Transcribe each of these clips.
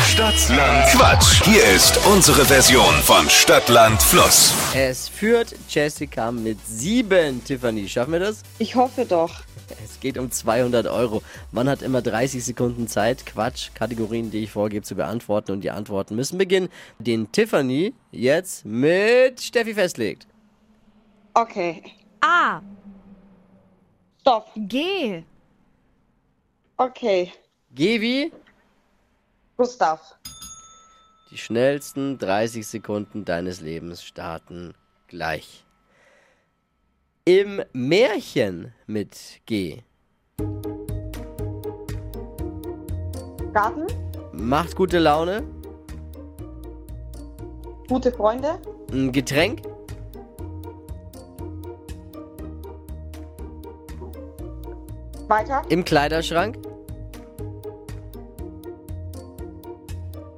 Stadtland Quatsch. Hier ist unsere Version von Stadtland Fluss. Es führt Jessica mit sieben. Tiffany, schaffen wir das? Ich hoffe doch. Es geht um 200 Euro. Man hat immer 30 Sekunden Zeit, Quatsch, Kategorien, die ich vorgebe, zu beantworten. Und die Antworten müssen beginnen, den Tiffany jetzt mit Steffi festlegt. Okay. A. Stopp. G. Okay. Gevi, Gustav. die schnellsten 30 Sekunden deines Lebens starten gleich. Im Märchen mit G. Garten. Macht gute Laune. Gute Freunde. Ein Getränk. Weiter. Im Kleiderschrank.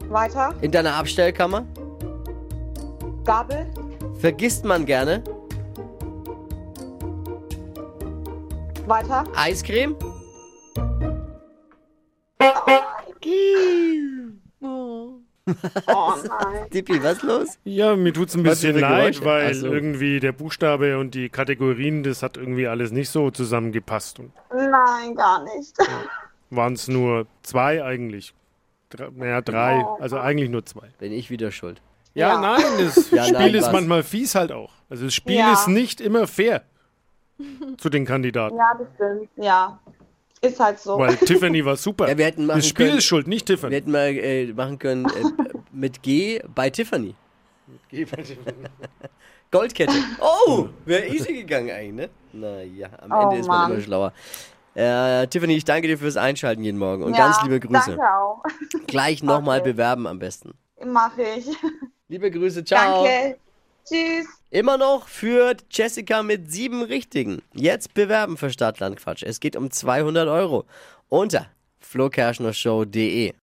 Weiter. In deiner Abstellkammer. Gabel. Vergisst man gerne. Weiter. Eiscreme. Oh nein. Dippi, was los? Ja, mir tut's ein bisschen für leid, Geräusche? Also. Ach weil so. irgendwie der Buchstabe und die Kategorien, das hat irgendwie alles nicht so zusammengepasst. Und Nein, gar nicht. waren es nur zwei eigentlich. Drei, naja, drei. Also eigentlich nur zwei. Bin ich wieder schuld. Ja, Ja. nein, das Ja, Spiel nein, ist was? manchmal fies halt auch. Also das Spiel Ja. ist nicht immer fair zu den Kandidaten. Ja, das stimmt. Ja. Ist halt so. Weil Tiffany war super. Ja, wir hätten machen das Spiel können- ist schuld, nicht Wir Tiffany. hätten mal äh, machen können äh, mit G bei Tiffany. Goldkette. Oh, wäre easy gegangen eigentlich, ne? Naja, am Oh, Ende ist man Mann. immer schlauer. Äh, Tiffany, ich danke dir fürs Einschalten jeden Morgen und ja, ganz liebe Grüße. Danke auch. Gleich nochmal Okay. bewerben am besten. Mache ich. Liebe Grüße, ciao. Danke. Tschüss. Immer noch führt Jessica mit sieben Richtigen. Jetzt bewerben für Stadtlandquatsch. Es geht um 200 Euro unter flokerschnershow.de.